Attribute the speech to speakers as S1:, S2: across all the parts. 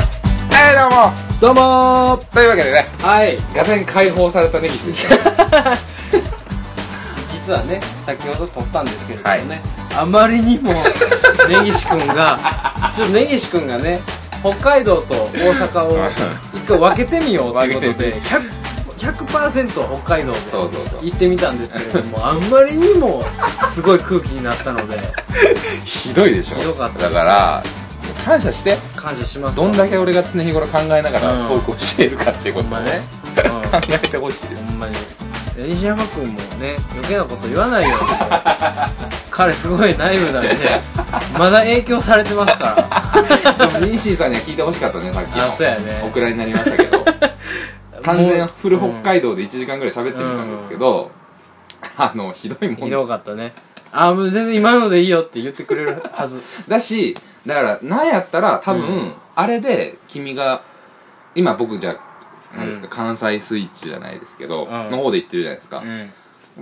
S1: どうも
S2: どうもー
S1: というわけでね
S2: はい
S1: 画然解放された根岸ですよ
S2: 実はね先ほど撮ったんですけれどもね、あまりにも 根岸君がちょっと根岸君がね北海道と大阪 を一回分けてみようということ
S1: 分け
S2: で 100%, 100北海道で
S1: そうそうそう
S2: 行ってみたんですけれどもあんまりにもすごい空気になったので
S1: ひどいでしょ
S2: ひどかったです
S1: だから感謝して
S2: 感謝します
S1: どんだけ俺が常日頃考えながら
S2: うん
S1: 投稿しているかっていうこ
S2: ほ
S1: とを
S2: んまね
S1: 考えてほしいで
S2: うん
S1: す
S2: ほんまにで西山君もね余計なこと言わない ように彼すごい内部なんでまだ影響されてますから
S1: でもミンシーさんには聞いてほしかったねさっき
S2: あそうや
S1: の
S2: ね
S1: オクラになりましたけ ど完全フル北海道で1時間ぐらい喋ってみたんですけど、あのひどいもん
S2: ひ
S1: で
S2: ど
S1: す
S2: かったねあもう全然今のでいいよって言ってくれるはず
S1: だしだからなんやったら多分、
S2: うん
S1: あれで君が今僕じゃなんですか、
S2: う
S1: 関西スイッチじゃないですけど、
S2: ん
S1: の方で言ってるじゃないですか、
S2: ん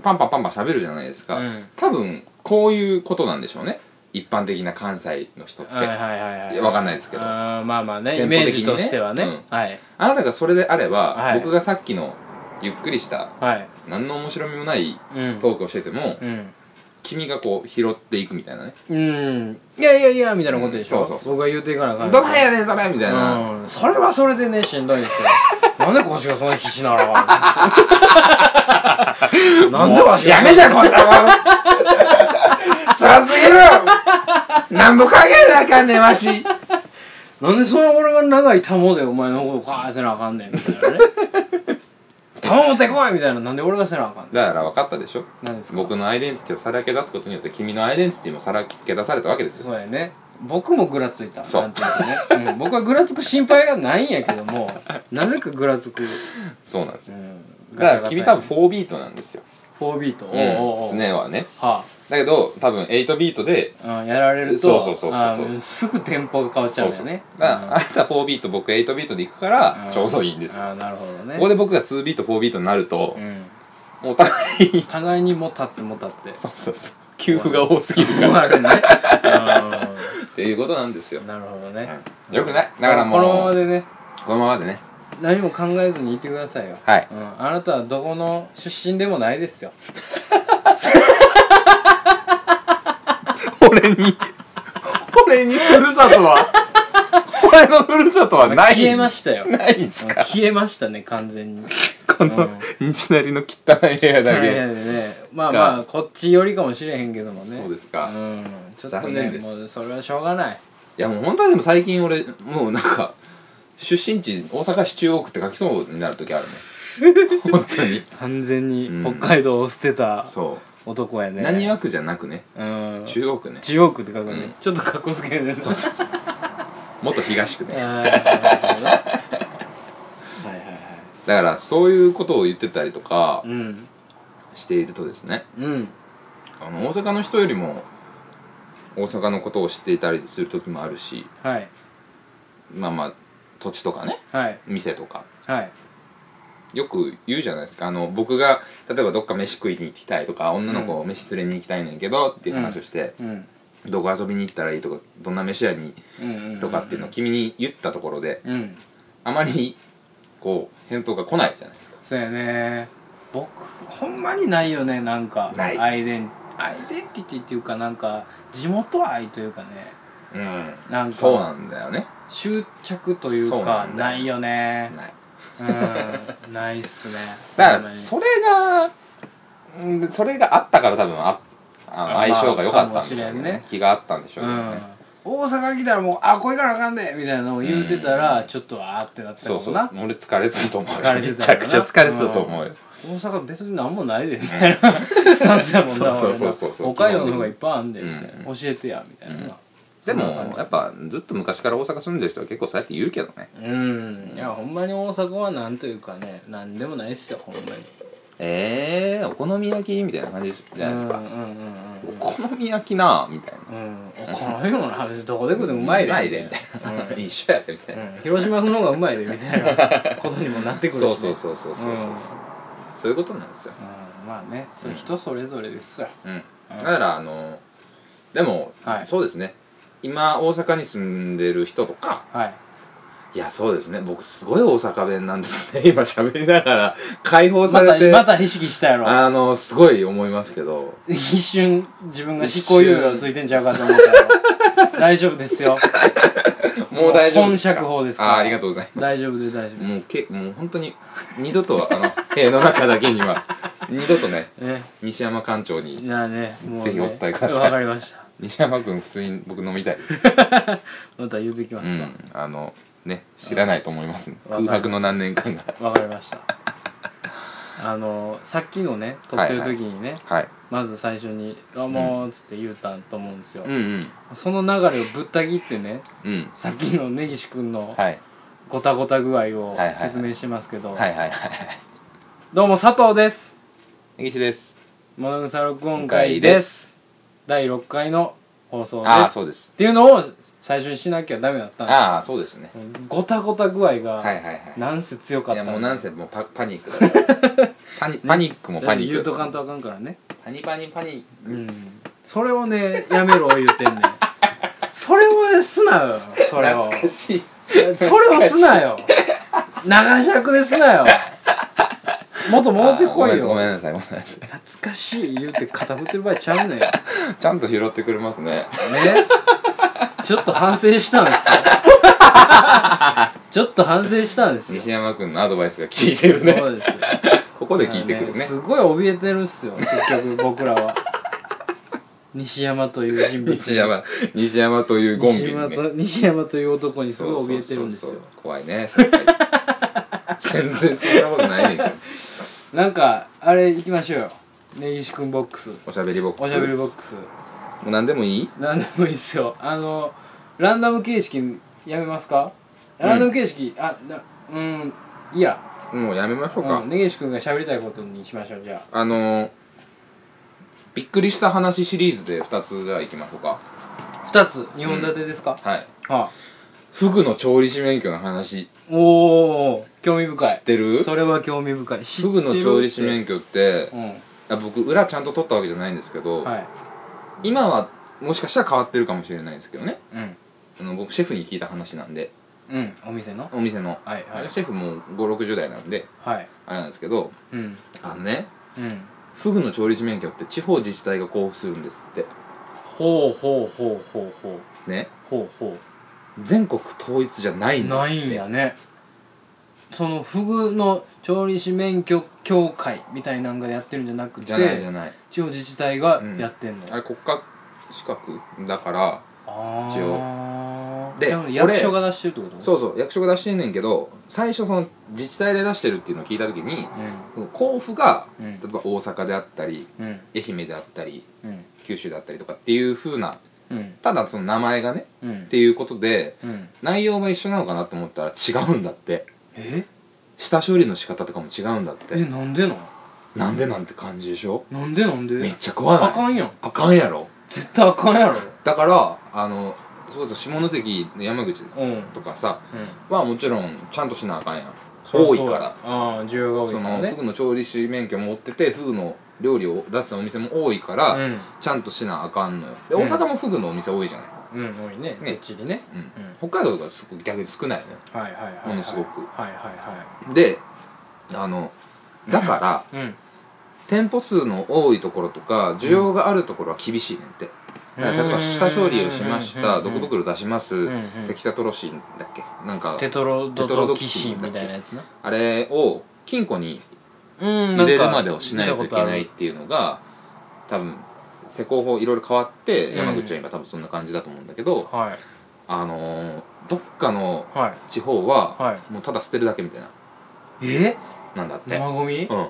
S1: パンパンパンパン喋るじゃないですか、
S2: うん
S1: 多分こういうことなんでしょうね一般的な関西の人って、
S2: はいはいはいはい
S1: いやわかんないですけど
S2: あーまあまあね
S1: 店
S2: イ
S1: 舗的にね
S2: メージとしてはね、
S1: うん
S2: はい
S1: あなたがそれであれば、
S2: はい
S1: 僕がさっきのゆっくりした
S2: はい
S1: 何の面白みもない
S2: うん
S1: トークをしてても、
S2: うん
S1: 君がこう拾っていくみたいなね
S2: うんいやいやいやみたいなことでしょ、
S1: うんそうそうそ
S2: 僕が言うていかなあ
S1: 「
S2: か
S1: ど
S2: ん
S1: ないやねんそれ!」みたいな、
S2: うんそれはそれでねしんどいんで すよなんでこっちがそんな必死なのなんでわしが
S1: やめじゃこんなもん辛すぎるなんぼ考えなあかんねんわし
S2: なんでその俺が長い玉でお前の方をカーせなあかんねんみたい なね玉持ってこいみたいななんで俺がせなあかんね
S1: だから分かったでしょ
S2: んなんですか
S1: 僕のアイデンティティをさらけ出すことによって君のアイデンティティもさらけ出されたわけですよ
S2: そうやね僕もぐらついた
S1: そう
S2: なんていうかね、うん僕はぐらつく心配がないんやけど もなぜかぐらつく、
S1: そうなんです
S2: う
S1: よ
S2: ん、
S1: だから君多分4ビートなんですよ
S2: 4ビートおうおうおう
S1: 常はね
S2: は
S1: だけど多分8ビートで
S2: あ、うん、やられると
S1: そうそうそうそうそう
S2: あーすぐテンポが変わっちゃうんだよね
S1: だからあなた4ビート僕8ビートで行くから
S2: うん
S1: ちょうどいいんですよ
S2: ああーなるほどね
S1: ここで僕が2ビート4ビートになると
S2: うん、
S1: もうお互い
S2: 互いにもたってもたって
S1: そうそうそう 給付が多すぎるから
S2: まあね
S1: っていうことなんですよ
S2: うんなるほどね
S1: よくないだからもう
S2: このままでね
S1: このままでね
S2: 何も考えずにいてくださいよ
S1: はい
S2: うん、あなたはどこの出身でもないですよ
S1: 俺に俺にふるさとは 俺のふるさとはない
S2: 消えましたよ
S1: ないんす
S2: うん
S1: か
S2: 消えましたね完全に
S1: この西成の汚い部屋だ
S2: いや
S1: け
S2: いやねまあまあこっちよりかもしれへんけどもね
S1: そうです
S2: う
S1: か
S2: んちょっと
S1: 残
S2: ね
S1: 念です
S2: もうそれはしょうがない
S1: いやもう本当はでも最近俺もうなんか出身地大阪市中央区って書きそうになる時ある ね本当に
S2: 完全に
S1: うん
S2: 北海道を捨てた
S1: そ
S2: 男や
S1: う
S2: ね、
S1: 何は区じゃなくね
S2: うん
S1: 中央区ね
S2: 中央区って書くね、
S1: うん
S2: ちょっとかっこつけ るねそうそうそう
S1: 元東区ね
S2: はいはいはい
S1: だからそういうことを言ってたりとか
S2: うん
S1: しているとですね
S2: うん
S1: あの大阪の人よりも大阪のことを知っていたりする時もあるし
S2: はい
S1: まあまあ土地とかね
S2: はい
S1: 店とか
S2: はい
S1: よく言うじゃないですかあの僕が例えばどっか飯食いに行きたいとか女の子を飯連れに行きたいねんけどっていう話をして、
S2: うん
S1: どこ遊びに行ったらいいとかどんな飯屋に
S2: うんうん
S1: とかっていうのを君に言ったところで
S2: うん
S1: あまりこう返答が来ないじゃないですか
S2: そうやね僕ほんまにないよねなんか
S1: ない
S2: アイデンアイデンティティっていうかなんか地元愛というかね
S1: うん
S2: なんか
S1: そうなんだよね
S2: 執着という
S1: そうな
S2: か
S1: んだよ
S2: ないよね
S1: ない
S2: うんないっすね
S1: だから
S2: ほんまに
S1: それがうんそれがあったから多分ああの
S2: あ
S1: 相性が良かったんでしょう
S2: まあかもし
S1: ね
S2: れんね
S1: 気があったんでしょう
S2: う
S1: けど
S2: ん
S1: ね、
S2: 大阪来たらもうあこれからあかんでみたいなのを言うてたら、ちょっとあーってなってた
S1: そう
S2: も
S1: んそう
S2: な
S1: 俺疲れてたと思う
S2: 疲れてたよな
S1: めちゃくちゃ疲れてたと思うよ、
S2: 大阪別に何もないでみた いなスタンスや
S1: そうそ
S2: もんな
S1: うそうそうそう
S2: 岡山の方がいっぱいあんでみたいな、
S1: う
S2: 教えてやみたいな、
S1: でも
S2: そんな感じ
S1: やっぱずっと昔から大阪住んでる人は結構そうやって言うけどね
S2: うんいやほんまに大阪はなんというかねなんでもないっすよほんまに
S1: えー、お好み焼きみたいな感じじゃないですか
S2: うん、うんうん
S1: お好み焼きなみたいな
S2: うんうんお好みもな別にどこで食うてもうまいで
S1: うまいでみたいな、 一緒やで みたいな、
S2: うん広島風の方がうまいでみたいなことにもなってくるし、ね、
S1: そうそうそうそうそうそう、
S2: うん
S1: そういうことなんですよ、
S2: うんまあねそれ人それぞれですわ
S1: うん、だからあのでも、
S2: はい
S1: そうですね今大阪に住んでる人とか
S2: はい
S1: いやそうですね僕すごい大阪弁なんですね 今喋りながら解放さ
S2: ま
S1: れ
S2: た
S1: て、
S2: また意識したやろ
S1: あのすごい思いますけど
S2: 一瞬自分が
S1: 一
S2: 執
S1: 瞬
S2: 行猶予ついてんちゃうかと思ったら大丈夫ですよ
S1: もう大丈夫
S2: 本釈放ですから
S1: あーありがとうございます
S2: 大丈夫で大丈夫
S1: もうけもう本当に二度とあの 塀の中だけには二度とね
S2: ね
S1: 西山館長に
S2: じゃあねもうね
S1: ぜひお伝えください
S2: わかりました
S1: 西山君普通に僕飲みたいです、
S2: また言うてきま
S1: う
S2: すわ
S1: ん、あのね知らないと思います、
S2: わかる
S1: 空白の何年間が
S2: わ、かりましたあのさっきのね撮ってる時にね、
S1: はい
S2: まず最初に「どうも」っつって言うたんと思うんですよ、
S1: うんうん
S2: その流れをぶった切ってね
S1: うん
S2: さっきの根岸君の
S1: はい
S2: ごたごた具合を
S1: はいはい
S2: 説明してますけど、
S1: はいはいはい
S2: どうも佐藤です
S1: 根岸です
S2: 物草録音会です第6回の放送で
S1: ああ
S2: すっ
S1: そうです
S2: ていうのを最初にしなきゃダメだったんで
S1: ああそうですね
S2: すごたごた具合
S1: は
S2: が
S1: いはいはい
S2: なんせ強か
S1: い
S2: った
S1: や
S2: んで
S1: もうなんせもうパパニックだから パニパニックもパニック
S2: 言うとかんとあかんからね
S1: パニパニパニック、
S2: うんそれをねやめろ言うてんねんそれをねすなよそれを
S1: 懐かしい
S2: それをすなよ長尺です なよもっと戻ってこい
S1: あ
S2: よ
S1: ごめんごめんなさいごめんなさい
S2: 懐かしい言うて肩振ってる場合ちゃうねんね
S1: ちゃんと拾ってくれます ね
S2: ちょっと反省した んですよちょっと反省したんですよ
S1: 西山君のアドバイスが効いてるね
S2: そうですよ
S1: ここで聞いてくるね
S2: すごい怯えてるんすよ結局僕らは西山という人物
S1: 西山西山というゴン
S2: 西
S1: ビ
S2: 山
S1: にね
S2: と西山という男にす
S1: そ
S2: ご
S1: うそ
S2: いう怯えて
S1: そ
S2: るん
S1: う
S2: です
S1: そう
S2: よ
S1: 怖いね先 輩全然そんなことないねんけど
S2: なんかあれ行きましょうよ根岸くんボックス
S1: おしゃべりボック
S2: お
S1: ス
S2: しゃべりボックス
S1: もう何でもいい
S2: なんでもいいっすよあのランダム形式やめますか
S1: うん
S2: ランダム形式、あなうんいいや
S1: もうやめましょうか、
S2: うん根岸くんが喋りたいことにしましょうじゃ
S1: あのー、びっくりした話シリーズで2つじゃあいきましょうか
S2: あ2つ2本立てですか、
S1: はい
S2: はあ
S1: フグの調理師免許の話
S2: おー興味深
S1: 知
S2: い
S1: ってる
S2: それは興味深い知って
S1: フ
S2: る
S1: グの調理師免
S2: 許
S1: 許って
S2: う
S1: あ僕裏ちゃんと取ったわけじゃないんですけど、
S2: んはい
S1: 今はもしかしたら変わってるかもしれないですけどね
S2: うん
S1: あの僕シェフに聞いた話なんで
S2: うんお店の
S1: お店の、
S2: はいはい
S1: シェフも560代なんで
S2: はい
S1: あれなんですけど
S2: うん
S1: あのね
S2: うん
S1: フグの調理師免許って地方自治体が交付するんですって
S2: ほうほうほうほうほう
S1: ね
S2: ほうほ
S1: 全国統一じゃない
S2: うん
S1: だって
S2: ないんやねそのフグの調理師免許協会みたいなんがやってるんじゃなくて
S1: じゃないじゃない
S2: 地方自治体がやってんの、
S1: あれ国家資格だから
S2: あ
S1: 一
S2: 応
S1: で
S2: でも役所が出してるってこと
S1: そうそう役所が出してんねんけど最初その自治体で出してるっていうのを聞いた時に交付が
S2: うんうん
S1: 例えば大阪であったり
S2: うん
S1: 愛媛であったり
S2: うん
S1: 九州であったりとかっていう風な
S2: うん
S1: ただその名前がね
S2: うん
S1: っていうことで
S2: うん
S1: 内容が一緒なのかなと思ったら違うんだって
S2: え
S1: 下処理の仕方とかも違うんだって
S2: えなんでなん
S1: なんでなんて感じでしょ
S2: なんでなんで
S1: めっちゃ怖ない
S2: あかんやん
S1: あかんやろ
S2: 絶対あかんやろ
S1: だからあのそうそう下関山口です
S2: うんうん
S1: とかさはもちろんちゃんとしなあかんやん
S2: そうそう
S1: 多いから
S2: ああ需要が多い
S1: そ
S2: から
S1: の
S2: ね
S1: フグの調理師免許持っててフグの料理を出すお店も多いから、
S2: うん
S1: ちゃんとしなあかんのよで
S2: うん
S1: 大阪もフグのお店多いじゃない、
S2: うん多いね
S1: ね
S2: どっちでね
S1: うん北海道がすごく逆に少ないのよ
S2: はいはいはいはい
S1: ものすごく
S2: はいは
S1: であのだから
S2: いはいうん
S1: 店舗数の多いところとか需要があるところは厳しいねんって、だから例えば下処理をしました
S2: うんうん
S1: 毒
S2: うん
S1: 袋出します、
S2: んうん
S1: テキサトロシンだっけなんか
S2: テトロドトキシンみたいなやつな
S1: あれを金庫に
S2: うん
S1: 入れるまでをしないといけないっていうのが多分施工法いろいろ変わって、
S2: うん
S1: 山口は今多分そんな感じだと思うんだけど
S2: はい
S1: あのーどっかの
S2: は、
S1: 地方はい
S2: は
S1: もうただ捨てるだけみたいない
S2: え
S1: なんだって、
S2: 生ゴミ
S1: うん、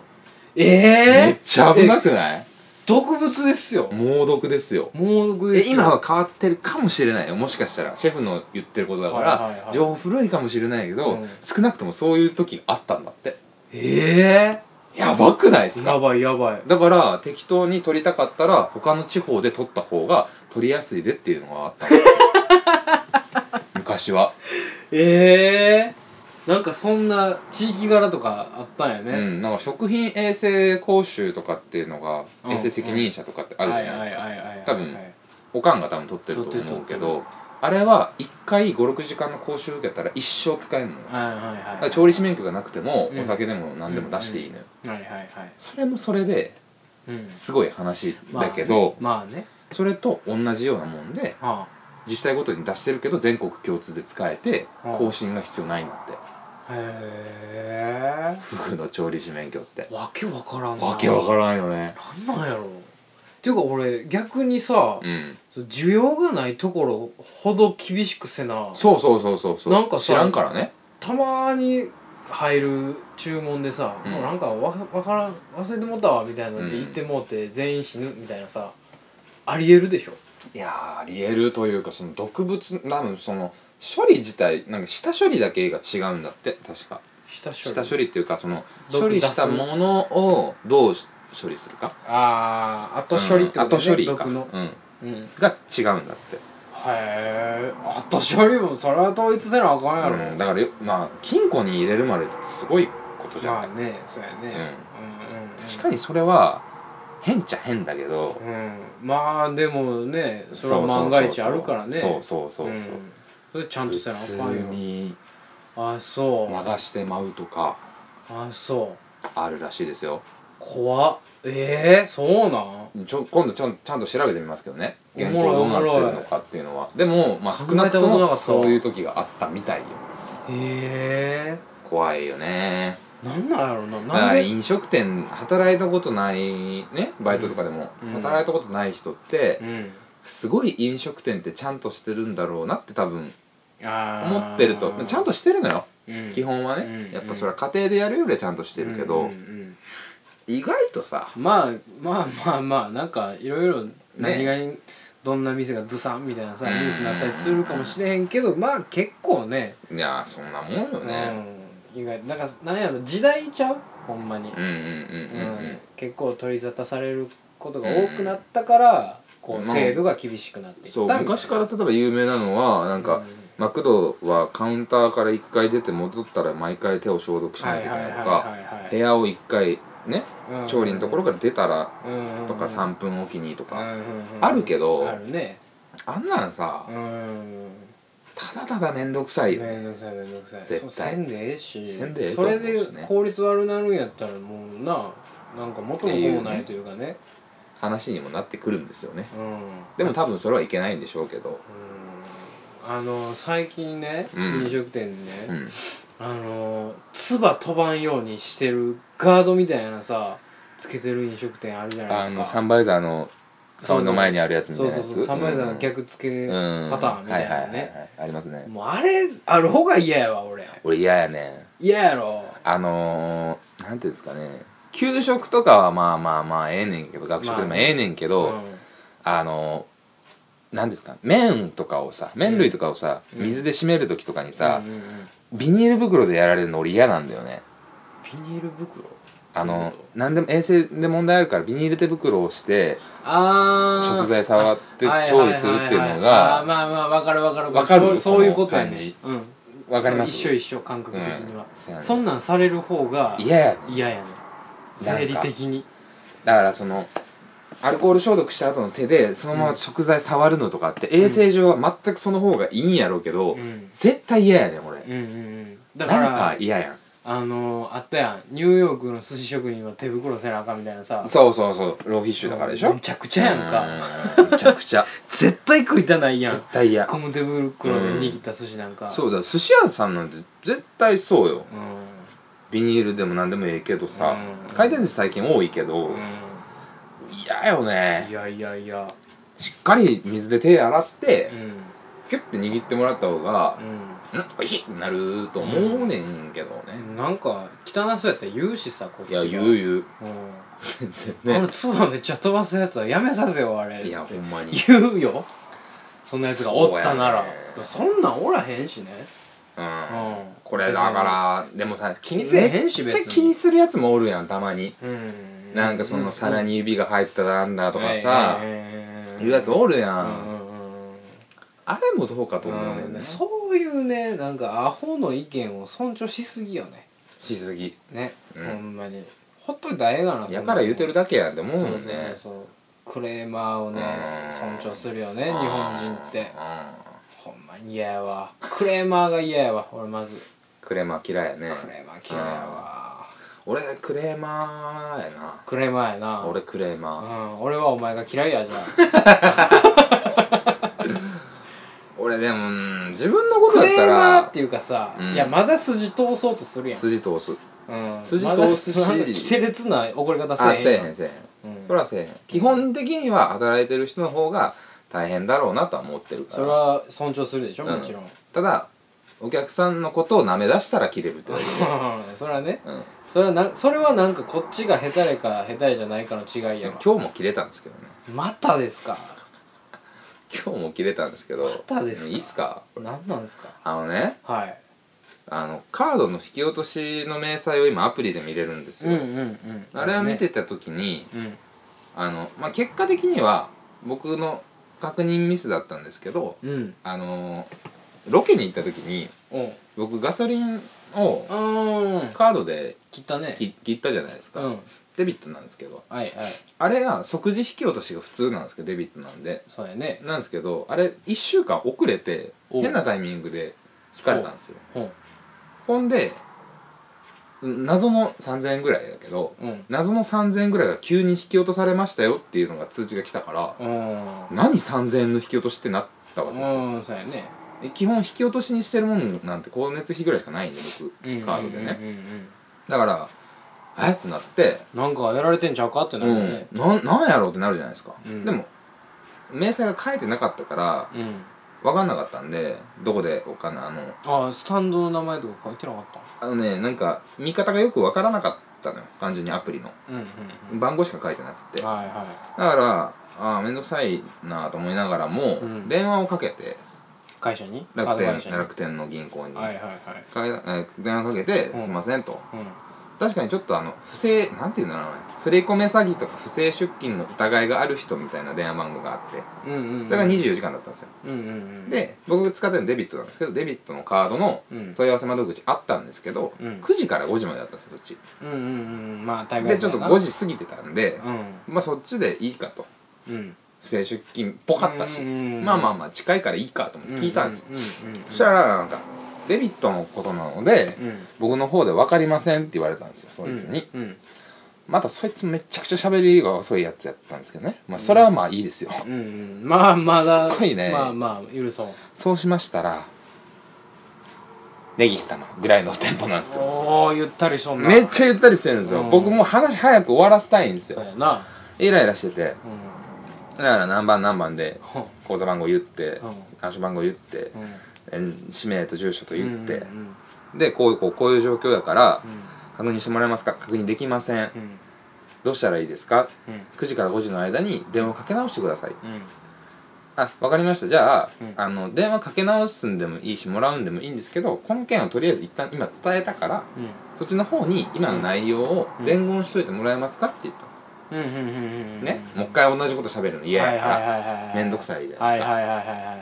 S2: え
S1: めっ
S2: え
S1: ちゃ危なくない
S2: 毒物ですよ
S1: 猛毒ですよ
S2: 猛毒で
S1: です今は変わってるかもしれないよもしかしたらシェフの言ってることだから、
S2: はいはいはい
S1: 情報古いかもしれないけど、
S2: うん
S1: 少なくともそういう時があったんだって
S2: え
S1: やばくないです
S2: え
S1: か
S2: やばいやばい
S1: だから適当に取りたかったら他の地方で取った方が取りやすいでっていうのがあったの 昔は、
S2: ええなんかそんな地域柄とかあったんや
S1: う
S2: ね
S1: んなんか食品衛生講習とかっていうのが、
S2: うん
S1: 衛生責任者とかってあるじゃないですか、
S2: はいはいはいはい
S1: 多分おかんが多分取ってると思うけ
S2: 取ってる
S1: どあれは1回56時間の講習受けたら一生使えるのよだ
S2: はいはい
S1: か
S2: は
S1: ら
S2: い
S1: 調理師免許がなくても
S2: うん
S1: お酒でも何でも出していいのよ
S2: はいはいはい
S1: それもそれで
S2: うん
S1: すごい話だけど
S2: まあね
S1: それと同じようなもんで
S2: は
S1: 自治体ごとに出してるけど全国共通で使えて
S2: うん
S1: 更新が必要ないんだって
S2: あへ
S1: フグの調理師免許って
S2: えわけわからんな
S1: わけわからんよね
S2: なんなんやろっていうか俺逆にさ
S1: うん
S2: そう需要がないところほど厳しくせな
S1: そうそうそうそうそう
S2: なんかさ
S1: 知らんからね
S2: たまに入る注文でさ、
S1: うん
S2: もうなんかわわからん忘れてもったわみたいなん
S1: う
S2: で
S1: ん
S2: 言ってもうて全員死ぬみたいなさありえるでしょ
S1: いやーありえるというかその毒物多分その処理自体なんか下処理だけが違うんだって確か
S2: 下処理
S1: 下処理っていうかその
S2: 毒
S1: 処理したものをどう処理するか
S2: ああ後処理ってこ
S1: う
S2: とね、
S1: ん後処理か
S2: 毒の
S1: うん、
S2: うん
S1: が違うんだって、
S2: へえ後処理もそれは統一せなあかんやろ、
S1: うん、だからよまあ金庫に入れるまですごいことじゃ
S2: ま
S1: な
S2: あ
S1: い、
S2: ねそうやね、うん、うんうん
S1: 確かにそれは変っちゃ変だけど、
S2: うんまあでもねそれは万が一あるからね
S1: そうそうそうそう、
S2: んそれちゃんと
S1: 普
S2: せな
S1: 通
S2: あかんよ
S1: に
S2: あそう
S1: 流してまうとか
S2: あそう
S1: あるらしいですよ
S2: 怖っええそうなん
S1: ちょ今度ちょんちゃんと調べてみますけどね
S2: おもろ
S1: 現
S2: い
S1: 行どうなってるのかっていうのはでも、まあ、
S2: 考
S1: 少
S2: えた
S1: なくと
S2: こと
S1: も
S2: なかった
S1: そういう時があったみたいよ
S2: え
S1: 怖いよね
S2: えなんなんやろな
S1: だか
S2: なん
S1: ら
S2: で
S1: 飲食店働いたことないねバイトとかでも、
S2: うん
S1: 働いたことない人って、
S2: うん
S1: すごい飲食店ってちゃんとしてるんだろうなって多分
S2: あー
S1: 思ってるとまあちゃんとしてるのよ、
S2: うん
S1: 基本はね、
S2: うん
S1: やっぱそれは家庭でやるよりはちゃんとしてるけど、
S2: うんうん
S1: 意外とさ
S2: うんまあまあまあまあなんかいろいろ何がにどんな店がずさんみたいなさ
S1: うん
S2: ニュースになったりするかもしれへんけどまあ結構ね
S1: いやそんなもんよね、
S2: うん意外なんかなんやろ時代ちゃうほんまに
S1: うん、うんうんうんうん
S2: 結構取り沙汰されることが多くなったから、こう
S1: まあ
S2: 制度が厳しくなっていった
S1: そ
S2: ん
S1: う
S2: かな
S1: 昔から例えば有名なのはなんか、
S2: うん
S1: マクドはカウンターから1回出て戻ったら毎回手を消毒しないといけないとか部屋を1回ね調理のところから出たらとか3分おきにとかあるけど
S2: あるね
S1: あんなんさ
S2: うん
S1: ただただ面倒くさいよね
S2: めんどくさいめんどくさい
S1: 絶対
S2: そうせんでええし
S1: せんでええと
S2: そ
S1: 思うし
S2: れ
S1: ね
S2: で効率悪なるんやったらもうななんか元も子もないというかね
S1: 話にもなってくるんですよね
S2: うん
S1: でも多分それはいけないんでしょうけど
S2: うんあの最近ね、
S1: うん
S2: 飲食店でね、
S1: うん
S2: あの唾飛ばんようにしてるガードみたいなさつけてる飲食店あるじゃない
S1: あ
S2: ですか
S1: のサンバイザーの
S2: そうそ
S1: 顔
S2: う
S1: の前にあるやつみた
S2: そ
S1: いうな
S2: そ
S1: や
S2: う
S1: つ
S2: そうサンバイザーの逆つけパターン
S1: うんう
S2: みたいなね、
S1: んはいはいはいはいありますね
S2: もうあれある方が嫌やわ俺
S1: 俺嫌やね
S2: 嫌やろ
S1: あのー、なんていうんですかね給食とかはまあまあまあええねんけど学食でもええねんけど、あのー、なんですか麺とかをさ麺類とかをさ、
S2: うん
S1: 水で締める時とかにさ
S2: うん、うんうん
S1: ビニール袋でやられるの俺嫌なんだよね
S2: ビニール袋
S1: あ
S2: なる
S1: の
S2: ほど
S1: 何でも衛生で問題あるからビニール手袋をして
S2: あー
S1: 食材触って調理するっていうの
S2: あー
S1: が
S2: まあまあわかるわかる
S1: わかる
S2: そうそういうことや
S1: この感
S2: ね
S1: じ
S2: うん
S1: わかります
S2: そう一緒一緒感覚的には
S1: うん、そうやね
S2: そんなんされる方が
S1: 嫌やね
S2: 嫌やね生理的に
S1: だからそのアルコール消毒した後の手でそのまま食材触るのとかって、衛生上は全くその方がいいんやろうけど、
S2: うん
S1: 絶対嫌やねん俺、
S2: うんうんうんだか
S1: な
S2: ら
S1: んか嫌やん
S2: あのーあったやんニューヨークの寿司職人は手袋せなあかんみたいなさ
S1: そうそうそうローフィッシュだからでしょ
S2: めちゃくちゃやんか
S1: うんめちゃくちゃ
S2: 絶対食いた ないや
S1: 絶
S2: ん
S1: 対嫌
S2: ゴム手袋で握った寿司なんか
S1: そうだ寿司屋さんなんて絶対そうよ
S2: うん
S1: ビニールでも何でもええけどさ、
S2: うん
S1: 回転寿司最近多いけど、
S2: う
S1: 嫌よ
S2: んい
S1: ね
S2: やいやいや
S1: しっかり水で手洗って
S2: う、んうん
S1: キュッて握ってもらった方が、うん、おいしいってなると思うねんけどね、
S2: なんか汚そうやったら言うしさこっち
S1: いや
S2: が
S1: 言う言う
S2: う
S1: 全然
S2: んあの
S1: ね
S2: 唾めっちゃ飛ばすやつはやめさせよあれ
S1: いやほんまに
S2: 言うよそんなやつがおったな
S1: そうや
S2: ら
S1: ね
S2: いやそんなんおらへんしね
S1: うん
S2: うん
S1: これだからでもさ気
S2: にせえへんし
S1: めっちゃ
S2: 別に
S1: 気にするやつもおるやんたまに
S2: うん
S1: なんかその皿に指が入ったなんだとかさ
S2: い
S1: いうやつおるや
S2: うんんうんうん
S1: あれもどうかと思うねん
S2: う
S1: ね
S2: んそういうねなんかアホの意見を尊重しすぎよね
S1: しすぎ
S2: ね、
S1: うん
S2: ほんまにほっといたらええがな
S1: やから言うてる
S2: だ
S1: だけやんって思う
S2: そう
S1: も
S2: そうん
S1: ね
S2: そうクレーマーをね
S1: うん
S2: 尊重するよね日本人って
S1: うん
S2: ほん嫌やわクレーマーが嫌やわ俺まず
S1: クレーマー嫌いやね
S2: クレーマー嫌いやわ
S1: 俺クレーマーやな
S2: クレーマーやな
S1: 俺クレーマー
S2: うん、俺はお前が嫌いやじゃん
S1: 俺でもうん自分のこと
S2: ク
S1: だっ
S2: レ
S1: た
S2: ーマー
S1: ら
S2: っていうかさ、
S1: うん
S2: いやまだ筋通そうとするやん、
S1: 筋通す
S2: うん、
S1: 筋通すし
S2: まだそん な規定列な怒り方
S1: あ
S2: せ
S1: せ
S2: え
S1: え
S2: へん
S1: へんせえへん
S2: うん
S1: それはせえへん基本的には働いてる人の方が大変だろうなとは思ってるか
S2: それ
S1: ら
S2: は尊重するでしょ
S1: うん
S2: もちろん、
S1: ただお客さんのことを舐め出したら切れるってだけ
S2: それはね
S1: うん
S2: それはなそれはなんかこっちがヘタレかヘタレじゃないかの違いや
S1: 今
S2: わ
S1: 日も切れたんですけどね
S2: またですか
S1: 今日も切れたんですけど
S2: たですか
S1: いいっすか
S2: 何なんですか
S1: あのね
S2: はい
S1: あのカードの引き落としの明細を今アプリで見れるんです
S2: う
S1: よ、
S2: んうんうん
S1: あれを見てた時に、
S2: うん
S1: あの、まあ、結果的には僕の確認ミスだったんですけど
S2: うん
S1: あのロケに行った時に
S2: うん
S1: 僕ガソリンを
S2: うん
S1: カードで
S2: 切ったね
S1: 切切ったじゃないです
S2: う
S1: か、
S2: んはい
S1: デビットなんですけど
S2: はい
S1: あれが即時引き落としが普通なんですけどデビットなんで
S2: そうやね
S1: なんですけどあれ1週間遅れて
S2: お
S1: 変なタイミングで引かれたんですよ
S2: うん
S1: ほんでうん謎の3000円ぐらいだけど
S2: うん
S1: 謎の3000円ぐらいが急に引き落とされましたよっていうのが通知が来たから
S2: うん
S1: 何3000円の引き落としってなったわけですよ、
S2: うんそうやね
S1: で基本引き落としにしてるもんなんて光熱費ぐらいしかないんで僕
S2: うん
S1: カードでね、
S2: うんうんうん
S1: だからえってなって、
S2: うんなんかやられてんちゃうかってな
S1: う
S2: るよ
S1: ん
S2: ね、
S1: なんなんやろうってなるじゃないですか、
S2: うん
S1: でも明細が書いてなかったから
S2: うん
S1: 分かんなかったんでどこでお金あの
S2: あスタンドの名前とか書いてなかっ
S1: あのねなんか見方がよく分からなかったのよ単純にアプリの
S2: たうんうんうん
S1: 番号しか書いてなくてだか
S2: はいは
S1: らあーめんどくさいなと思いながらも、
S2: うん
S1: 電話をかけて
S2: い会社に
S1: 楽
S2: カード会社
S1: 天
S2: に
S1: 楽天の銀行に、
S2: はいはいはい
S1: かええー電話かけて
S2: う
S1: 「
S2: ん
S1: すいません」と
S2: うん
S1: 確かにちょっとあの不正なんていうんだろうね振り込め詐欺とか不正出金の疑いがある人みたいな電話番号があって
S2: うんうんうん
S1: それが24時間だったんですよ
S2: うんうんうん
S1: で僕使ってるのデビットなんですけどデビットのカードの
S2: うん
S1: 問い合わせ窓口あったんですけど
S2: うん
S1: 9時から5時までだったんですよそっち
S2: うんうんうんまあ大概
S1: でちょっと5時過ぎてたんで
S2: うん
S1: まあそっちでいいかと
S2: うん
S1: 不正出金っぽかったし
S2: うんうんうん
S1: まあまあまあ近いからいいかと思って聞いたんですよ
S2: うんうんうん
S1: そしたらなんかデビットのことなので
S2: うん
S1: 僕の方で分かりませんって言われたんですよそいつに、
S2: うん
S1: またそいつめちゃくちゃ喋りが遅いやつやったんですけどねまあそれはまあいいですよ、
S2: うんうんまあまだ
S1: すっごいね
S2: まあまあ許そう
S1: そうしましたら根岸様ぐらいのテンポなんですよ
S2: おおゆったりしとんな
S1: めっちゃゆったりしてるんですよ、
S2: うん
S1: 僕もう話早く終わらせたいんです
S2: そ
S1: よ
S2: うやな
S1: イライラしてて
S2: うん
S1: だから何番何番で
S2: ほ
S1: 口座番号言って
S2: うん
S1: 暗証番号言って
S2: う、
S1: え氏名と住所と
S2: うん
S1: 言って
S2: う、ん
S1: でこういうこうこういう状況やから
S2: うん
S1: 確認してもらえますか確認できません
S2: うん
S1: どうしたらいいですか
S2: うん
S1: 9時から5時の間に電話をかけ直してください
S2: うん
S1: あわかりましたじゃあ,、
S2: うん
S1: あの電話かけ直すんでもいいしもらうんでもいいんですけどこの件をとりあえず一旦今伝えたから
S2: うん
S1: そっちの方に今の内容を
S2: うん
S1: 伝言しといてもらえますかって言ったんです、
S2: うんうんうんうんうん
S1: ね、もう一回同じこと喋るの嫌やから、
S2: はいはいはいはい
S1: めんどくさいじゃな
S2: はいい
S1: ですか、
S2: はいはいはいはいはいはい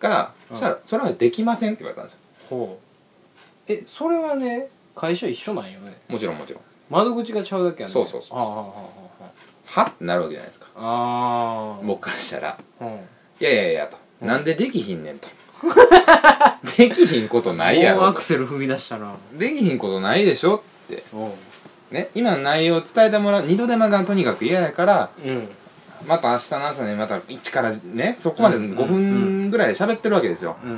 S1: からそ
S2: うん
S1: したら「それはできません」って言われたんですよ
S2: ほうえそれはね会社一緒なんよね
S1: もちろんもちろん
S2: 窓口がちゃうだけやね
S1: そうそうそう
S2: ああああ
S1: はってなるわけじゃないですか
S2: ああああ
S1: 僕からしたら
S2: うんも
S1: 「いやいやいや」と「なんでできひんねん」と 「できひんことないや
S2: うア
S1: ろ
S2: ク」セル踏み出したな
S1: 「できひんことないでしょ」って
S2: うん
S1: ね、今の内容を伝えてもらう二度手間がとにかく嫌やから
S2: うん
S1: また明日の朝にまた一からねそこまで
S2: うん
S1: 5分ぐらい喋ってるわけですよ
S2: うんう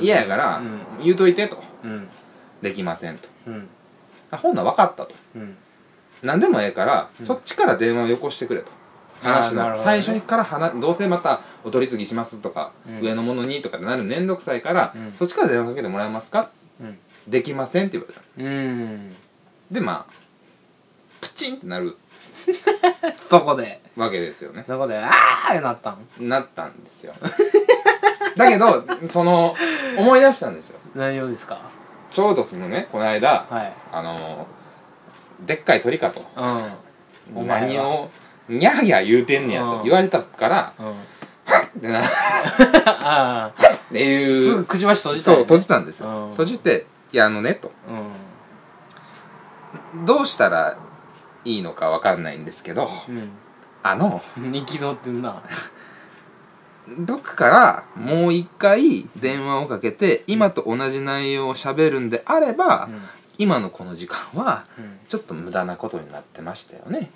S2: ん
S1: 嫌、やから、
S2: うん
S1: 言うといてと
S2: うん
S1: できませんと
S2: うん
S1: あほんなら分かったと
S2: うん
S1: 何でもええから、
S2: うん
S1: そっちから電話をよこしてくれと話
S2: あーな
S1: の、
S2: るほど
S1: 最
S2: ね
S1: 初から話どうせまたお取り次ぎしますとか、
S2: うん
S1: 上のものにとかってなるのめんどくさいから、
S2: うん
S1: そっちから電話かけてもらえますか
S2: うん
S1: できませんって言われた
S2: うん
S1: でまあプチンってなる
S2: そこで
S1: わけですよね
S2: そこでああなったん
S1: なったんです よだけどその思い出したんですよ
S2: 何をですか
S1: ちょうどそのねこの間
S2: はい
S1: あのでっかい鳥かと
S2: うんお前
S1: 何
S2: は
S1: をニャーギャー言うてんねや
S2: うん
S1: と言われたから
S2: うん
S1: ってなっ
S2: ああ
S1: て
S2: す
S1: い
S2: ぐ
S1: う
S2: くちばし閉じ
S1: そ
S2: た
S1: う
S2: よね
S1: 閉じたんです
S2: うん
S1: よ閉じて「いやあのね」と
S2: う
S1: 「
S2: ん
S1: どうしたらいいのかわかんないんですけど
S2: うん
S1: あの
S2: うん憤ってんな
S1: どっかからもう一回電話をかけて今と同じ内容を喋るんであれば、
S2: うん
S1: 今のこの時間は
S2: うん
S1: ちょっと無駄なことになってましたよね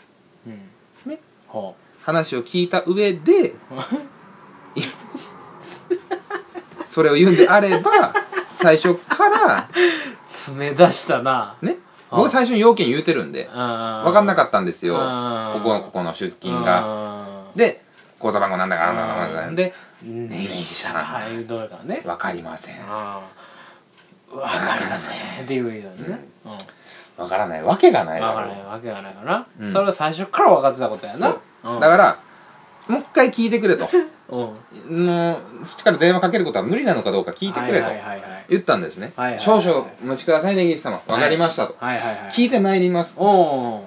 S2: うん
S1: ね
S2: ほ
S1: 話を聞いた上で いそれを言うんであれば最初から
S2: う詰め出したな
S1: ね僕最初に要件言うてるんで
S2: 分
S1: 分かんな
S2: っ
S1: かったんですよこ
S2: あー
S1: このここの出
S2: た
S1: 金が
S2: が
S1: で口座番号なんだかなんだかなんだかなんだか
S2: で根岸さんはいどれかね
S1: 分かりません
S2: ああわかりませんっていうようにねうんわ
S1: 分からないわけがないだ
S2: から
S1: ろ
S2: な
S1: う
S2: いわけがないから
S1: う
S2: なんそれは最初から分かってたことやな
S1: そうだ
S2: ら
S1: からもう一回聞いてくれと
S2: うん
S1: もうそっちから電話かけることは無理なのかどうか聞いてくれと
S2: はいはいはいはい
S1: 言ったんですね
S2: はいはいは
S1: 少
S2: い
S1: 々お待ちください根岸様分かりましたと
S2: はいはいはい
S1: 聞いてまいります
S2: おー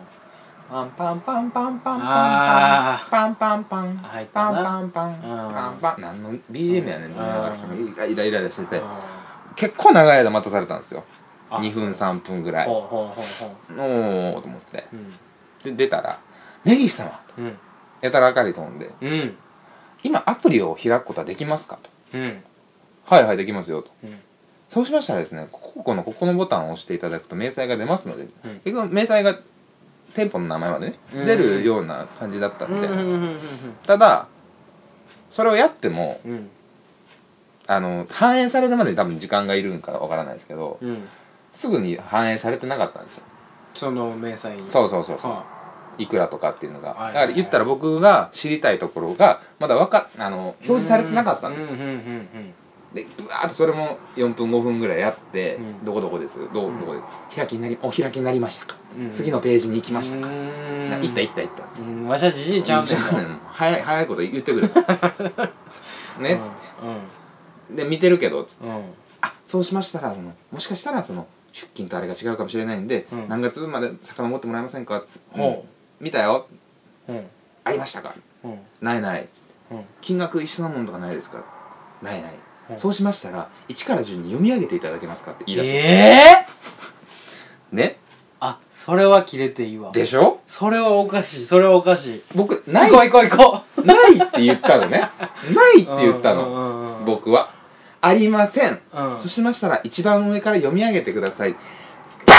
S1: パンパンパンパンパン
S2: あー
S1: パンパンパンパ
S2: 入っ
S1: ン
S2: た
S1: パ
S2: な
S1: ンパンパン
S2: うん
S1: パンパン何の BGM やねんと思いながら
S2: うん
S1: このイライライライラしてて
S2: あ
S1: 結構長い間待たされたんですよ
S2: あ
S1: 2分3分ぐら
S2: ー
S1: い
S2: ほ
S1: お
S2: うほうほうほ
S1: おと思って
S2: ううん
S1: で出たら「根岸様
S2: うん」
S1: やたら明るいトーンで
S2: うん
S1: 「今アプリを開くことはできますか?」と
S2: うん
S1: 「はいはいできますよ」と
S2: うん
S1: そうしましたらですねここここのここのボタンを押していただくと明細が出ますので、
S2: ん
S1: 結局明細が店舗の名前までね、
S2: うん
S1: 出るような感じだったみたいなんですよ、
S2: うん
S1: ただそれをやっても
S2: うんうん
S1: あの反映されるまでに多分時間がいるんかわからないですけど
S2: うんうん
S1: すぐに反映されてなかったんですよ
S2: その明細に
S1: そうそうそうそう
S2: はい
S1: くらとかっていうのが
S2: はいはいは
S1: だ
S2: い
S1: から言ったら僕が知りたいところがまだわかあの表示されてなかったんですよ
S2: うんうんうん
S1: でブワーッとそれも4分5分ぐらいやって、
S2: うん
S1: どこどこですどうどこで開きになりお開きになりましたか、
S2: うん
S1: 次のページに行き
S2: う
S1: ましたか、
S2: ん
S1: な行った行った行った
S2: うんわしゃじじいちゃうねん
S1: じ
S2: と
S1: ゃあねもう早い早いこと言ってく れとねっつっ
S2: う
S1: てで見てるけどつって
S2: んうん
S1: あそうしましたらそのもしかしたらその出勤とあれが違うかもしれないんで、
S2: うん
S1: 何月分まで遡ってもらえませんか、
S2: ほ
S1: うん見たよ
S2: ううん
S1: ありましたか
S2: うん
S1: ないないつって
S2: うん
S1: 金額一緒なものとかないですかないない、
S2: うん
S1: そうしましたら1から順に読み上げていただけますかって言い出して、
S2: ええ
S1: ね
S2: あそれは切れていいわ
S1: でしょ
S2: それはおかしいそれはおかしい
S1: 僕な
S2: 行
S1: い
S2: こう行こう行 こ
S1: ないって言ったのねないって
S2: う
S1: 言った
S2: う
S1: の
S2: んうんうん
S1: 僕はありません
S2: うん
S1: そうしましたら一番上から読み上げてくださいバ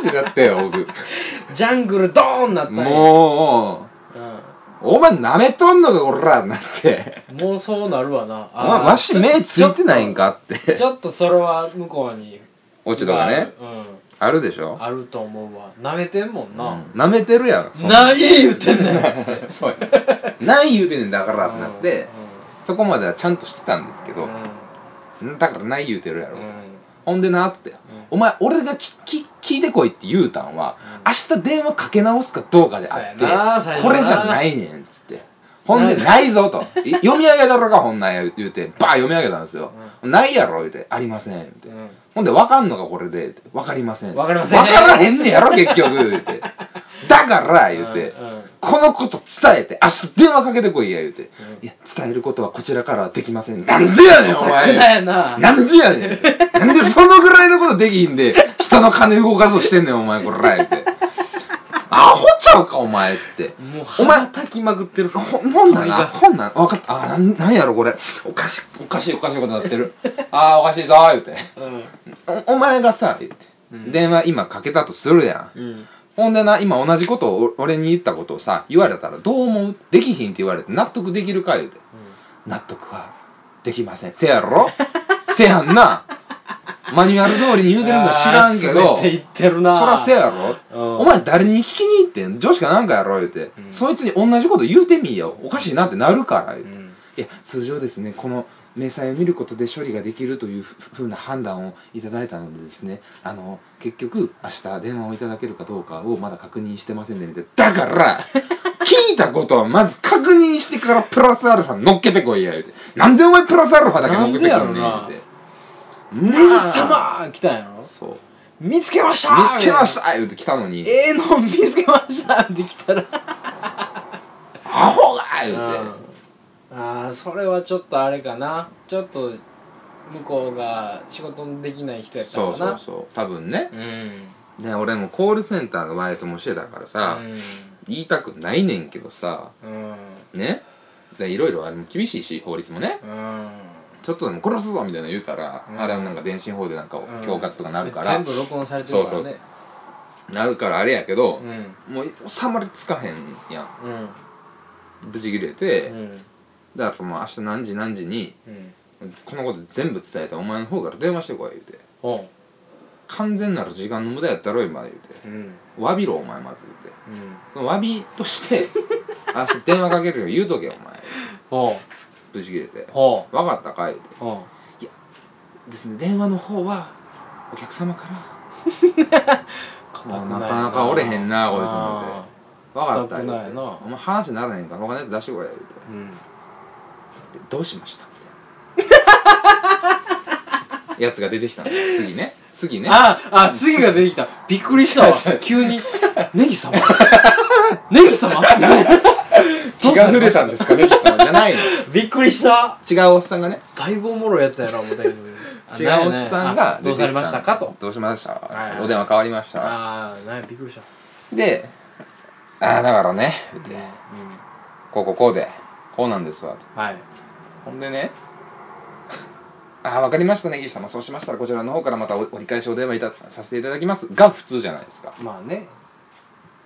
S1: ーンってなってよ僕
S2: ジャングルドーンなったんや
S1: もうお前なめとんのかこらなって
S2: うんもうそうなるわな
S1: お
S2: あ
S1: 前わし目ついてないん
S2: か
S1: かって
S2: ちょっとそれは向こうに
S1: 落ち度がね
S2: うん
S1: あるでしょ
S2: あると思うわなめてんもんな
S1: なめてるやんそんな
S2: ない言うてんねんっつって
S1: そうや ない言うてんねんだからってなってそこまではちゃんとしてたんですけ
S2: うん
S1: ど
S2: うん
S1: だからない言うてるやろ
S2: うん
S1: ほんでなっつって、お前俺がきき聞いてこいって言うたんは、明日電話かけ直すかどうかであっ
S2: そうやな
S1: て
S2: 最初
S1: こ
S2: な
S1: れじゃないねんっつってほんでないぞとい読み上げだろうかほんなんや言うてバー読み上げたんですよ、ないやろ言うてありません言うて、
S2: うん
S1: ほんで分かんのかこれでって分かりません
S2: 分かりません
S1: 分からへんねやろ結局言うてだから言うて、
S2: うんうん
S1: このこと伝えて明日電話かけてこいや言うて、いや伝えることはこちらからはできませんなんでやねんお前
S2: だよな
S1: なんでやねん。なんでそのぐらいのことできひんで、人の金動かそうしてんねん、お前、こら、言 って。アホちゃうか、お前、つって。
S2: もう
S1: お前
S2: 鼻炊きまくってる
S1: ほ、ほんなん
S2: 鳥が
S1: な、ほんなん、わかった、あ、なん、なんやろ、これ。おかしい、おかしい、おかしいことになって る。あー、おかしいぞ、言うて。
S2: うん
S1: お、お前がさ、言うて。電話今かけたとするやん。
S2: うん
S1: ほんでな、今同じことをお俺に言ったことをさ、言われたらどう思うできひんって言われて納得できるか言うて。納得はできません。せやろせやんな。マニュアル通りに言うてるんか知らんけ
S2: あー
S1: ど、
S2: 詰めていってるな
S1: そらせやろ
S2: うん
S1: お前誰に聞きに行ってん女子かなんかやろ言うて、そいつに同じこと言うてみいよ。おかしいなってなるから言うて。
S2: うん
S1: いや、通常ですね、この明細を見ることで処理ができるというふふうな判断をいただいたのでですね、あの、結局、明日電話をいただけるかどうかをまだ確認してませんね、みたいな。だから、 聞いたことはまず確認してからプラスアルファ乗っけてこいや、言うて。なんでお前プラスアルファだけ乗っけてくんねん、言
S2: なん
S1: う
S2: でや
S1: て。
S2: ネギ様来たんやろ
S1: そう。
S2: 見つけました
S1: 見つけましたた言うて来たのに、
S2: ええの見つけましたできたら
S1: アホが言う
S2: あ
S1: て。
S2: あそれはちょっとあれかなちょっと向こうが仕事できない人やった
S1: そ
S2: の
S1: う
S2: か
S1: そ
S2: な
S1: うそう。多分ね。
S2: ううん
S1: ね、俺もコールセンターのバイトもしてたからさ、言いたくないねんけどさ、
S2: うんうん
S1: ねでいろいろあれも厳しいし法律もね
S2: うん
S1: ちょっとでも殺すぞみたいなの言うたら、
S2: うん
S1: あれはなんか電信法でなんか
S2: ん
S1: 恐喝とかなるから、
S2: 全部録音されてるから
S1: そうそう
S2: ね
S1: なるからあれやけど
S2: う、ん
S1: もう収まりつかへんやん
S2: うん
S1: ブチ切れ
S2: う
S1: て、
S2: ん
S1: だからもう明日何時何時に
S2: うん
S1: このこと全部伝えたお前の方から電話してこい言うて
S2: おう
S1: 完全なる時間の無駄やったろ今言うて
S2: うん
S1: 詫びろお前まず言うて
S2: うん
S1: その詫びとして 明日電話かけるよ言うとけお前
S2: おう
S1: ブチ切れて
S2: おう
S1: 分かったかい言うて
S2: おう
S1: ですね電話の方はお客様から もうなかなか折れへんなこいつなんて
S2: あ
S1: 分かった言
S2: 危な
S1: う
S2: い
S1: て
S2: な
S1: お前話にならへんから他のやつ出してこい言うて
S2: ーうん
S1: でどうしましたみたいな やつが出てきたの次ね次ね
S2: ああ次が出てきたびっく りしたわ急に「ネギ様 ネギ様?」
S1: 気が触れたんですかねじゃ ないの
S2: びっくりした
S1: 違うおっさんがね
S2: だいぶおもろいやつやな思ったけど
S1: 違うおっさんが
S2: あ
S1: 出て
S2: どう
S1: きた
S2: されましたかと
S1: どうしました、
S2: いはい
S1: お電話変わりました
S2: ああなんやびっくりした
S1: で「ああだからね」言って
S2: うん
S1: 「こうこうこうでこうなんですわ」と
S2: はい
S1: ほんでね 「ああ分かりましたね岸様そうしましたらこちらの方からまたお折り返しお電話いたさせていただきます」が普通じゃないですか
S2: まあね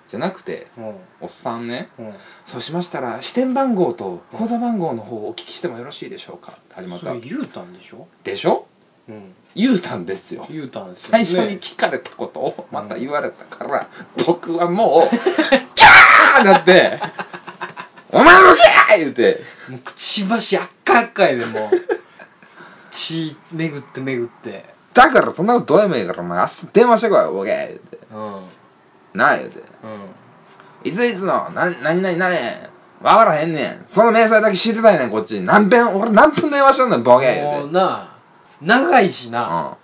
S1: じゃなくて
S2: も
S1: おっさんね
S2: うもう
S1: そうしましたら支店番号と口座番号の方をお聞きしてもよろしいでしょうかって始まっ
S2: そ
S1: た
S2: れ言うたんでしょ
S1: でしょ
S2: うん
S1: 言うたんですよ
S2: 言うたんですよ
S1: 最初に
S2: ね
S1: 聞かれたことをまた言われたから、僕はもうキャーなって「お前もキャー!」言うて
S2: もうくちばしあっかあっかいでもう血めぐってめぐって
S1: 「だからそんなことどうでもいいからお前明日電話してこいボケ!」言うて
S2: うんうん
S1: 「なあ」言うて「いついつのな何何何や分からへんねんその明細だけ知りたいねんこっち何遍俺何分電話したんだボケ!」言
S2: も
S1: う
S2: う
S1: て
S2: な長い
S1: 「
S2: し
S1: う
S2: な、
S1: ん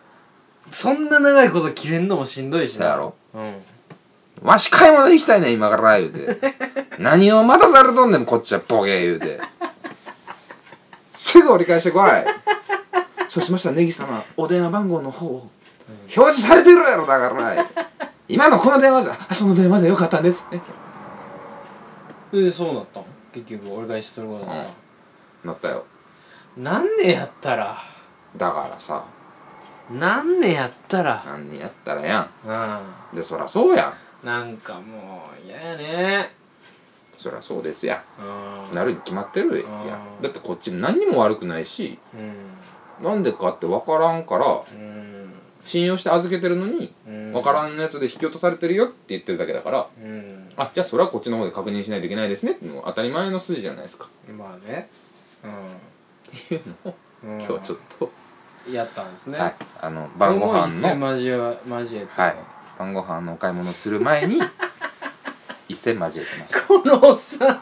S2: そんな長いこと切れんのもしんどいし
S1: そ
S2: な
S1: やろ
S2: うん
S1: わし買い物行きたいねん今から」言うて「何を待たされとんねんこっちはボケ」言うて「すぐ折り返してこい」そうしましたらネギ様お電話番号の方を表示されてるやろだから今のこの電話じゃあその電話でよかったんですね
S2: でそうなったん結局折り返しすることになったん
S1: なったよ
S2: 何年やったら
S1: だからさ
S2: 何年やったら
S1: 何やったらや
S2: うん
S1: でそらそうやん
S2: んなんかもう嫌やね
S1: そりゃそうですや
S2: うん
S1: んなるに決まってるやんだってこっちも何にも悪くないし
S2: うん
S1: なんでかって分からんから
S2: うん
S1: 信用して預けてるのに
S2: うん
S1: 分からんやつで引き落とされてるよって言ってるだけだから
S2: うん
S1: あじゃあそれはこっちの方で確認しないといけないですねっていうのは当たり前の筋じゃないですか
S2: まあね
S1: っていうのを
S2: うん
S1: 今日ちょっと、
S2: とやったんですね
S1: はいあの晩ご飯
S2: 今
S1: の
S2: 後一戦交え交えて
S1: はい晩ご飯のお買い物する前に一戦交えてました
S2: このおっさん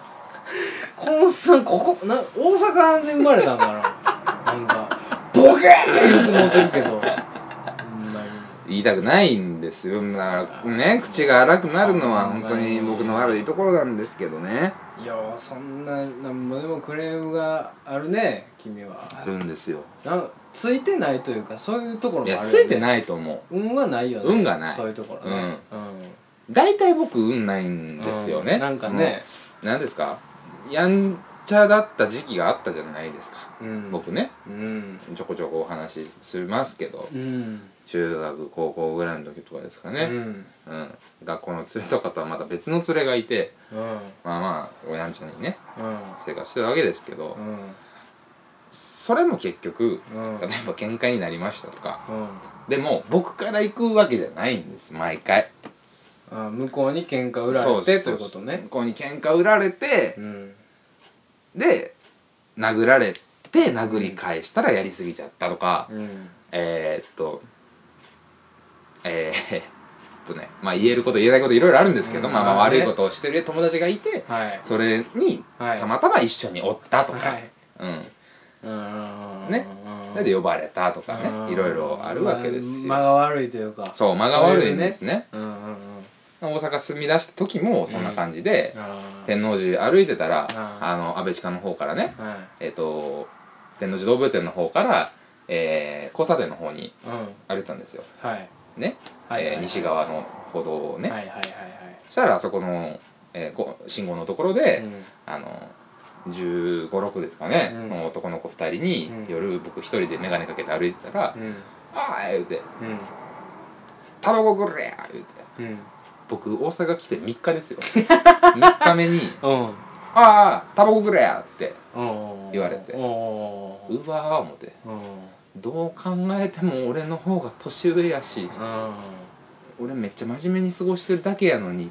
S2: このおっさんここな大阪で生まれたんかななんかボケー言うてもうてるけどほんまに
S1: 言いたくないんですよだからね口が荒くなるのは本当に僕の悪いところなんですけどね
S2: いやーそんななんぼでもクレームがあるね君は
S1: あるんですよ
S2: なんついてないというかそういうところも
S1: いや
S2: あるよ、ね、
S1: ついて
S2: い
S1: ないと思う
S2: 運はないよね
S1: 運がない
S2: そういうところね
S1: 大体僕運ないん
S2: うん
S1: ですよね、
S2: うんなんかね
S1: そのなんですかやんちゃだった時期があったじゃないですか、
S2: うん
S1: 僕ね
S2: うん
S1: ちょこちょこお話ししますけど、
S2: うん
S1: 中学高校ぐらいの時とかですか
S2: う
S1: ね、
S2: ん
S1: うん学校の連れとかとはまた別の連れがいて
S2: うん
S1: まあまあおやんちゃにね
S2: うん
S1: 生活してるわけですけど、
S2: うん
S1: それも結局
S2: うん
S1: 例えば喧嘩になりましたとか
S2: うん
S1: でも僕から行くわけじゃないんです毎回
S2: あ向こうに喧嘩売られてということね
S1: 向こうに喧嘩売られて
S2: う、ん
S1: で殴られて殴り返したらやりすぎちゃったとか、
S2: うん
S1: えー、っとえー、っとねまあ言えること言えないこといろいろあるんですけど、
S2: うん
S1: まあまあ
S2: まあね
S1: 悪いことをしてる友達がいて
S2: はい
S1: それに
S2: はい
S1: たまたま一緒におったとか、
S2: はい
S1: うん、
S2: うん
S1: ねそれで呼ばれたとかねいろいろあるわけですよ、
S2: ま間が悪いというか
S1: そう間が悪いんですね
S2: うんうんうん
S1: 大阪住み出した時もそんな感じで、
S2: あー
S1: 天王寺歩いてたら、
S2: うん
S1: あの安倍鹿の方からね
S2: は
S1: えっ、と天王寺動物園の方から、えー交差点の方に
S2: いうん
S1: 歩いてたんですよ
S2: はい
S1: ね、
S2: はいはい
S1: えー西側の歩道をね、
S2: はいはいはいはい
S1: そしたらあそこの、えーこ信号のところで、
S2: うん
S1: あの1 5 6ですかね、
S2: うん
S1: の男の子2人に、
S2: うん
S1: 夜僕一人で眼鏡かけて歩いてたら「
S2: うん
S1: ああ」言うて「タバコくれや」言うて
S2: うん
S1: 僕大阪来て3日ですよ 3日目に
S2: うんうん
S1: 「ああタバコくれや」って
S2: うん
S1: 言われて
S2: うんう
S1: う
S2: ん
S1: わー思って
S2: うん
S1: どう考えても俺の方が年上やし俺めっちゃ真面目に過ごしてるだけやのに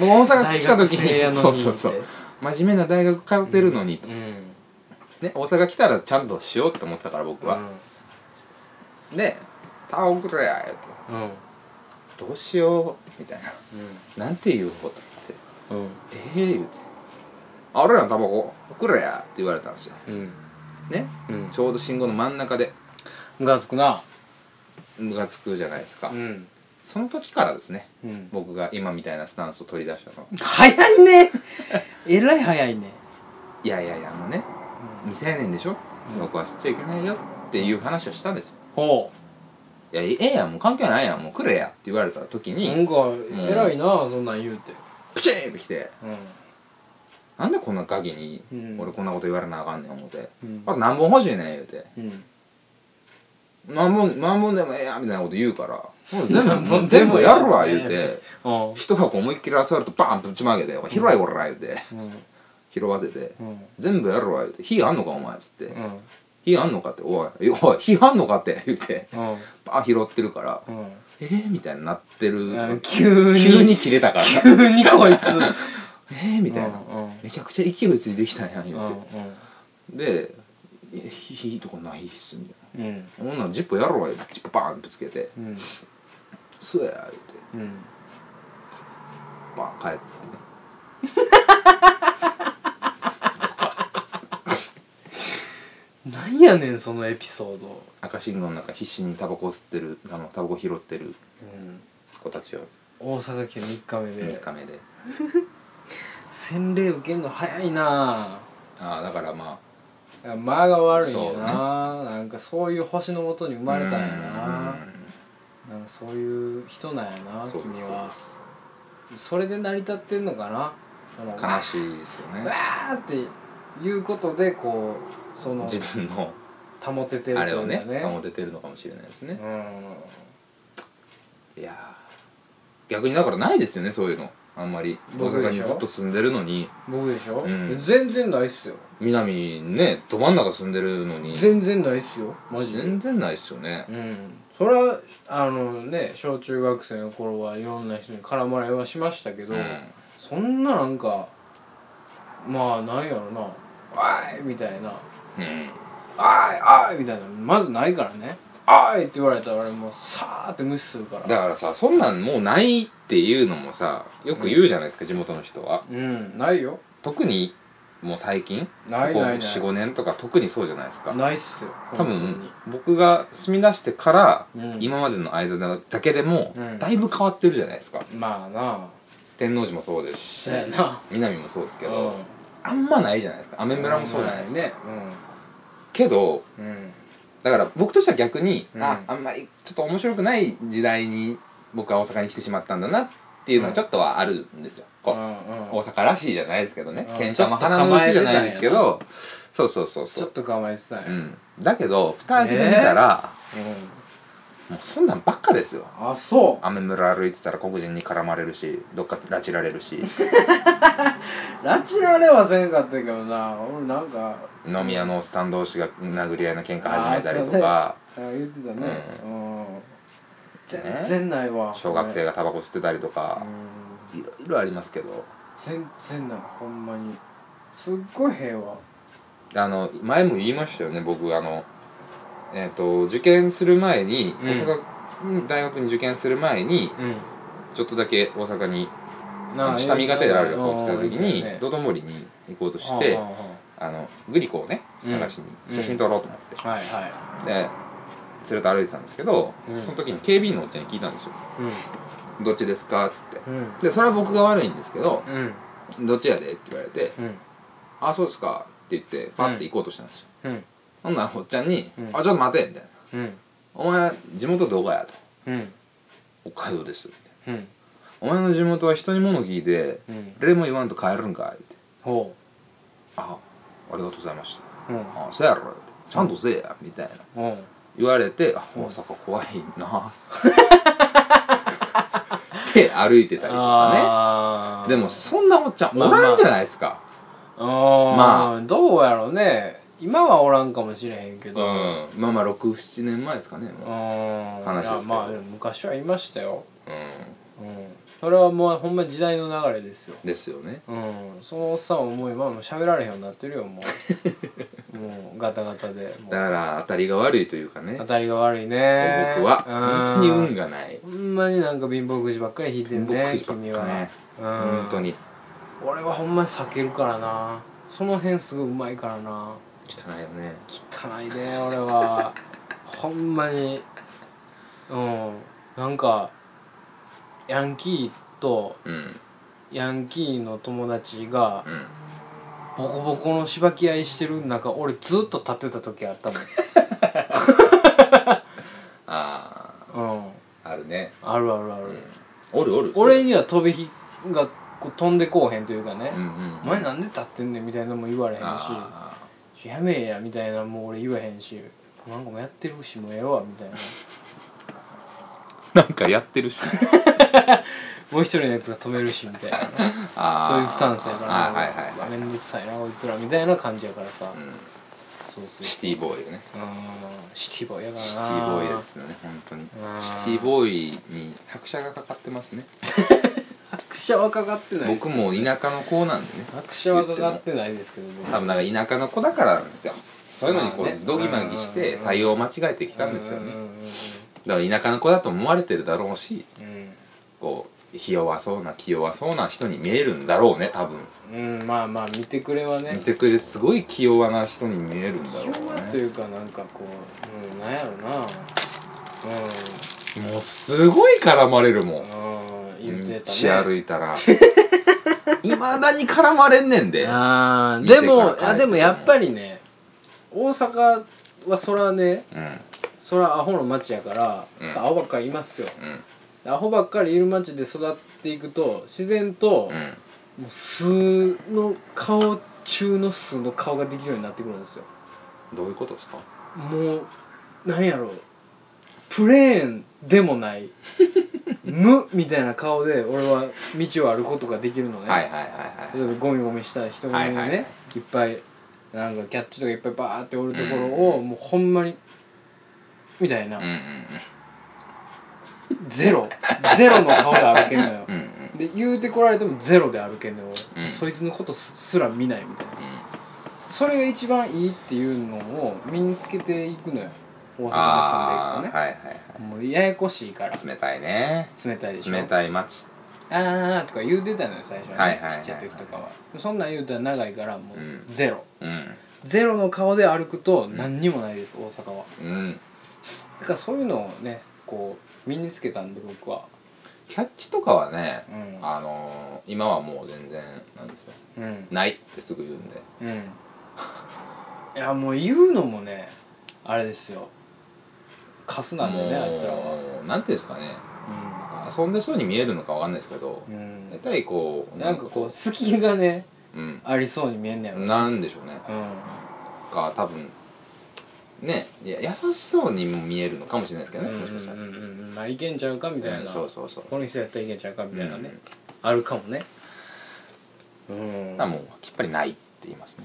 S1: 僕大阪来た時にそうそうそう真面目な大学通ってるのに、
S2: うん
S1: ね、大阪来たらちゃんとしようって思ってたから僕は、で「タオくれや」と
S2: うんうん
S1: 「どうしよう」みたいな「なんて言おう」と思って
S2: うんうん
S1: 「ええー」言うて「あ俺らのタバコくれや」って言われたんですよ
S2: うん
S1: ね
S2: うん
S1: ちょうど信号の真ん中で
S2: ムカつくな
S1: ムカつくじゃないですか、
S2: ん
S1: その時からですね
S2: うん
S1: 僕が今みたいなスタンスを取り出したの
S2: 早いねえらい早いね
S1: いやいやいやあのね未成年でしょ
S2: うん
S1: 僕は吸っちゃいけないよっていう話をしたんですよ
S2: ほ
S1: いやええやんもう関係ないやんもうくれやって言われた時
S2: う
S1: に、
S2: なんかえらいなそんなん言うて
S1: プチーンってきて
S2: う
S1: なんでこんなガキに
S2: うん
S1: 俺こんなこと言われなあかんねん思って、
S2: ん
S1: あと何本欲しいねん言うて
S2: うん
S1: 何本何本でもええやんみたいなこと言うからもう全部
S2: 何本
S1: もう全部やるわ
S2: でもえ
S1: 言う
S2: えや
S1: んて
S2: うん
S1: 一箱思いっきり遊べるとバーンぶちまけて「拾えこら」言うて
S2: うん
S1: 拾わせて
S2: うん
S1: 「全部やるわ」言うて「火あんのかお前」っつって
S2: うん
S1: 「火あんのか」って「おい おい火あんのか」って言うて
S2: うん
S1: バーン拾ってるから
S2: うん
S1: 「えー?」みたいになって
S2: い
S1: る
S2: や急に
S1: 急に切れたから
S2: 急にこ いつ
S1: 「えー?」みたいな
S2: うんうん
S1: めちゃくちゃ勢いついてきたやん言
S2: う
S1: うて。
S2: ん
S1: で「いやひひ」とかないっすみたい
S2: うん
S1: な「女ジップやろうよ」ジップバーンぶつけて
S2: うん
S1: 「そうや」言うて
S2: うん
S1: バーン帰ってきてね
S2: なんやねんそのエピソード
S1: 赤信号の中必死にタバコを吸ってるあのタバコ拾ってる
S2: うん
S1: 子たちを
S2: 大阪来て3日目
S1: 3
S2: で
S1: 日目で、
S2: 洗礼受けんの早いな
S1: ああだからまあ
S2: 間が悪いんや
S1: そうね
S2: な、なんかそういう星のもとに生まれたんやななんかそういう人なんや
S1: う
S2: なん
S1: そう
S2: 君
S1: ですそう
S2: は
S1: です
S2: それで成り立ってんのかなその
S1: 悲しいですよ
S2: わ
S1: ね
S2: ーっていうことでこうその
S1: 自分の
S2: 保ててる
S1: あ
S2: と
S1: れ
S2: い
S1: を
S2: うか
S1: ね
S2: ね
S1: 保ててるのかもしれないですね、
S2: うん
S1: いやー逆にだからないですよねそういうのあんまり大
S2: 僕で
S1: 阪
S2: し
S1: に
S2: ょ
S1: ずっと住んでるのに
S2: 僕でしょ、
S1: うん
S2: 全然ないっすよ
S1: 南にねど真ん中住んでるのに
S2: 全然ないっすよマジで
S1: 全然ないっすよね
S2: うんそれはあのね小中学生の頃はいろんな人に絡まれはしましたけど、
S1: う
S2: そんななんかまあなんやろな「あい!」みたいな「
S1: ん、うん、
S2: あいあい!」みたいなまずないからね「あい!」って言われたら俺もうさーって無視するから
S1: だからさそんなんもうないっていうのもさよく言うじゃないですか、地元の人は
S2: うんないよ
S1: 特にもう最近
S2: ない
S1: ここ
S2: ないない
S1: 45年とか特にそうじゃないですか
S2: ないっすよ
S1: 多
S2: 本
S1: 分僕が住み出してから、
S2: 当にうん
S1: 今までの間だけでも、
S2: うん
S1: だいぶ変わってるじゃないですか
S2: まあな
S1: 天王寺もそうですし
S2: そうやな
S1: 南もそうですけど、
S2: うん
S1: あんまないじゃないですか雨村もそうじゃないですか、
S2: ね
S1: けど
S2: うんうん
S1: だから僕としては逆に、
S2: うん
S1: ああんまりちょっと面白くない時代に僕は大阪に来てしまったんだなっていうのはちょっとはあるんですよ、こう
S2: うんうん
S1: 大阪らしいじゃないですけどね
S2: うん
S1: けん玉花のうちじゃないですけ
S2: ち
S1: どそうそうそう
S2: ち
S1: そ
S2: ょっ
S1: う、
S2: と構えてたんや
S1: う
S2: うん
S1: ん、だけど蓋開けてみたら、もうそんなんばっかですよ
S2: あそ
S1: 雨村歩いてたら黒人に絡まれるしどっか拉致られる し
S2: う拉致られはせんかったけどな俺なんか
S1: 飲み屋のおっさん同士が殴り合いの喧嘩始めたりとか、
S2: あ言ってたね
S1: う
S2: うん全然ないわ
S1: 小学生がタバコ吸ってたりと
S2: う
S1: か、
S2: ん
S1: いろいろありますけど
S2: 全然ないほんまにすっごい平和
S1: であの前も言いましたよね僕あのえっ、と受験する前に、
S2: うん
S1: 大阪うん大学に受験する前に
S2: う
S1: ちょっとだけ大阪に
S2: なあ
S1: 下見がてらある学校来た時
S2: うんうん
S1: に道頓堀に行こうとして
S2: はあ
S1: あ
S2: は
S1: のグリコをね
S2: うん
S1: 探しに
S2: うん
S1: 写真撮ろうと思って、
S2: あはいは
S1: で連れて歩いてたんですけど、
S2: うん
S1: その時に警備員のおっちゃんに聞いたんですよ「
S2: い
S1: どっちですか?」っつって
S2: うんうん
S1: でそれは僕が悪いんですけど
S2: う
S1: 「
S2: ん
S1: どっちやで?」って言われて
S2: うん
S1: 「あそうですか」って言ってファって行こうとしたんですよ、
S2: うん
S1: ほんならおっちゃんに
S2: うん
S1: あちょっと待て」みたいな
S2: うん
S1: 「お前地元どこや?」と
S2: うん
S1: 「北海道です」みたいな
S2: うん
S1: お前の地元は人に物聞いて
S2: うん
S1: 礼も言わんと帰るんか?」って
S2: ほ
S1: あありがとうございました
S2: うんう
S1: あそうやろちゃんとせえやみたいなん
S2: うん
S1: 言われてあ大阪怖いなって歩いてたりとかね
S2: あー
S1: でもそんなおっちゃんお
S2: まあまあ
S1: らんじゃないですか、
S2: うーん
S1: まあ
S2: どうやろうね今はおらんかもしれへんけど
S1: うんまあまあ67年前ですかね、も
S2: うん
S1: 話ですけど
S2: いやまあでも昔はいましたよ
S1: う
S2: うんそれはもうほんま時代の流れですよ
S1: うん、ですよね
S2: うんそのおっさんはもう今はもう喋られへんようになってるよもうもうガタガタでもう
S1: だから当たりが悪いというかね
S2: 当
S1: 僕
S2: たりが悪いね
S1: は
S2: うん
S1: 本当に運がない
S2: ほんまになんか貧乏くじばっかり引いてる
S1: 貧乏
S2: ね
S1: くじばっか
S2: 君は
S1: ね
S2: うん
S1: 本当に
S2: 俺はほんまに避けるからなその辺すごいうまいからな
S1: 汚いよね
S2: 汚いね俺 はほんまにうんなんかヤンキーと
S1: うん
S2: ヤンキーの友達が
S1: うん
S2: ボコボコのしばき合いしてる中俺ずっと立ってた時あった
S1: あ
S2: もんうん
S1: ああるね
S2: あるあるある、
S1: おるおる
S2: 俺
S1: に
S2: には飛び火がこう飛んでこうへんというかね、
S1: うんうん
S2: お前なんで立ってんねんみたいなのも言われへん
S1: あ
S2: しやめえやみたいなのもう俺言わへんしなんかもうやってるしもうええわみ たいな
S1: ーなんかやってる し
S2: もう一人のやつが止めるしみたいな
S1: あー
S2: そういうスタンスやから
S1: あーはいはいはい、
S2: 面倒くさいなこいつらみたいな感じやからさ、
S1: うん
S2: そうそう
S1: シティボーイよね
S2: うーんシティボーイやからな
S1: シティボーイですよね本当に
S2: ん
S1: シティボーイに拍車がかかってますね
S2: 拍車はかかってないです
S1: 僕も田舎の子なんでね
S2: 拍車はかかってないですけど僕
S1: 多分なんか田舎の子だからなんですよそういうのにこ
S2: まあね
S1: うドギマギして
S2: うん
S1: 対応を間違えてきたんですよ
S2: う
S1: ね
S2: んうん
S1: だから田舎の子だと思われてるだろうし
S2: うん
S1: こうひ弱そうな気弱そうな人に見えるんだろうね多分
S2: うん、うん、まあまあ見てくれはね
S1: 見てくれてすごい気弱な人に見えるんだろ
S2: 昭和
S1: う
S2: と
S1: ね
S2: いうかなんかこう、うん、なんやろな
S1: もうすごい絡まれるもん
S2: うん、うん、言ってた
S1: 道
S2: ね
S1: 歩いたらいまだに絡まれんねんで
S2: あー
S1: 店から帰
S2: でも
S1: っても
S2: あでもやっぱりね大阪はそらね
S1: うんうん
S2: そらアホの町やから、
S1: うん
S2: アホばっかりいますよアホばっかりいる町で育っていくと自然と
S1: う、ん
S2: もう素の顔中の素の顔ができるようになってくるんですよ
S1: どういうことですか
S2: もうなんやろうプレーンでもない無みたいな顔で俺は道を歩くことができるのね、
S1: はいはいはい
S2: 例えばゴミゴミした人が
S1: は
S2: ね、
S1: いはいはい
S2: いっぱいなんかキャッチとかいっぱいバーっておるところを、もうほんまにみたいな、
S1: はいうん
S2: ゼロゼロの顔で歩けんのよ
S1: うんうんうんうん
S2: で言うてこられてもゼロで歩けんのよ、俺
S1: うん
S2: そいつのことすすら見ないみたいな
S1: うん
S2: それが一番いいっていうのを身につけていくのよ大阪
S1: あ
S2: に住んでいくと
S1: ー
S2: ね、
S1: はいはいは
S2: もうややこしいから
S1: い冷たいね
S2: 冷たいでしょ
S1: 冷たい街
S2: あーとか言うてたのよ最初はね、
S1: はいはいはいはい
S2: ちっちゃい時とかはそんなん言うたら長いからもう
S1: うん
S2: ゼロ、
S1: うん
S2: ゼロの顔で歩くと何にもないです、大阪は
S1: うん
S2: だからそういうのをねこう身につけたんで僕は
S1: キャッチとかはね、
S2: うん
S1: あのー、今はもう全然なんですよ
S2: うん
S1: ないってすぐ言うんで
S2: うんいやもう言うのもねあれですよカスなんだよねあいつらは
S1: もうなんていうんですかね遊んでそうに見えるのかわかんないですけど
S2: うん、
S1: 大体こ
S2: う、
S1: うん
S2: なんかこう隙がね
S1: うん
S2: ありそうに見えんねやろ
S1: なんでしょうね
S2: うん
S1: か多分ねいや優しそうにも見えるのかもしれないですけどねもしかした
S2: うん
S1: ら
S2: うんうんうんまあいけんちゃうかみたいな、
S1: うんそうそうそう
S2: この人やったらいけんちゃうかみたいなね、
S1: うん
S2: あるかもねうん
S1: だからもうきっぱりないって言いますね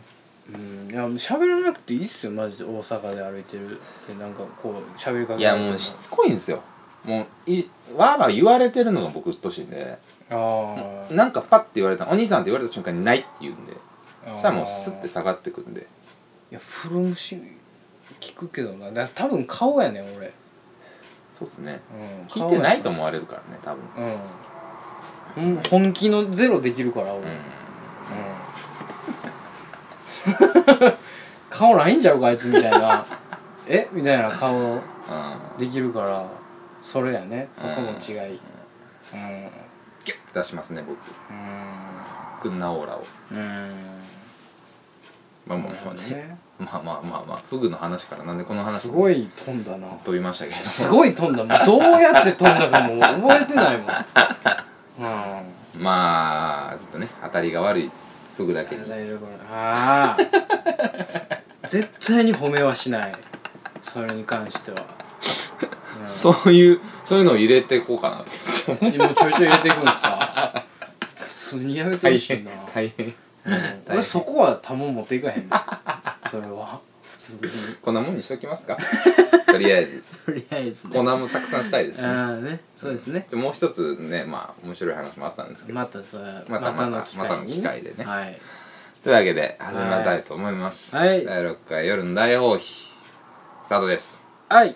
S2: うんいやもう喋らなくていいっすよマジで大阪で歩いてるってなんかこう喋りかけ
S1: いやもうしつこいんですよもういわーわー言われてるのが僕うっとしいんで
S2: あ
S1: なんかパッて言われたお兄さんって言われた瞬間にないって言うんで
S2: あ
S1: そしたらもうスッて下がってくんで
S2: いや古虫聞くけどなだ多分顔やねん俺、
S1: そうっすね
S2: うん、
S1: 聞いてないと
S2: 思
S1: 思われるからね多分
S2: う、うん、ほん本気のゼロできるから俺、
S1: う
S2: うんん 顔ないんちゃうかあいつみたいな えみたいな顔
S1: うん
S2: できるからそれやねそこの違いうんうん
S1: 出しますね僕クンナオーラを
S2: うん
S1: まあまあまあねまあまあまあまあフグの話からなんでこの話
S2: すごい飛んだな
S1: 飛びましたけど
S2: すごい飛んだもうどうやって飛んだかもう 覚えてないもんうん
S1: まあちょっとね当たりが悪いフグだけに
S2: 洗える頃ああ絶対に褒めはしないそれに関しては、うん
S1: そういうそういうのを入れていこうかなと思って
S2: 今ちょいちょい入れていくんですか普通にやめてほしいな、
S1: 大変
S2: うん俺そこは多分持っていかへんねそれは普通に
S1: こんなもんにしときます かとりあえず
S2: とりあえずね
S1: コーナーもたくさんしたいですし、ね、
S2: ああねそうですね
S1: じゃあもう一つねまあ面白い話もあったんですけど、
S2: またそれ
S1: ま
S2: ま
S1: た
S2: たの機
S1: また
S2: 会
S1: の
S2: に
S1: 機会でね
S2: はい
S1: というわけで始めたいと思います、
S2: はい
S1: 第6回夜の大放棄スタートです
S2: はい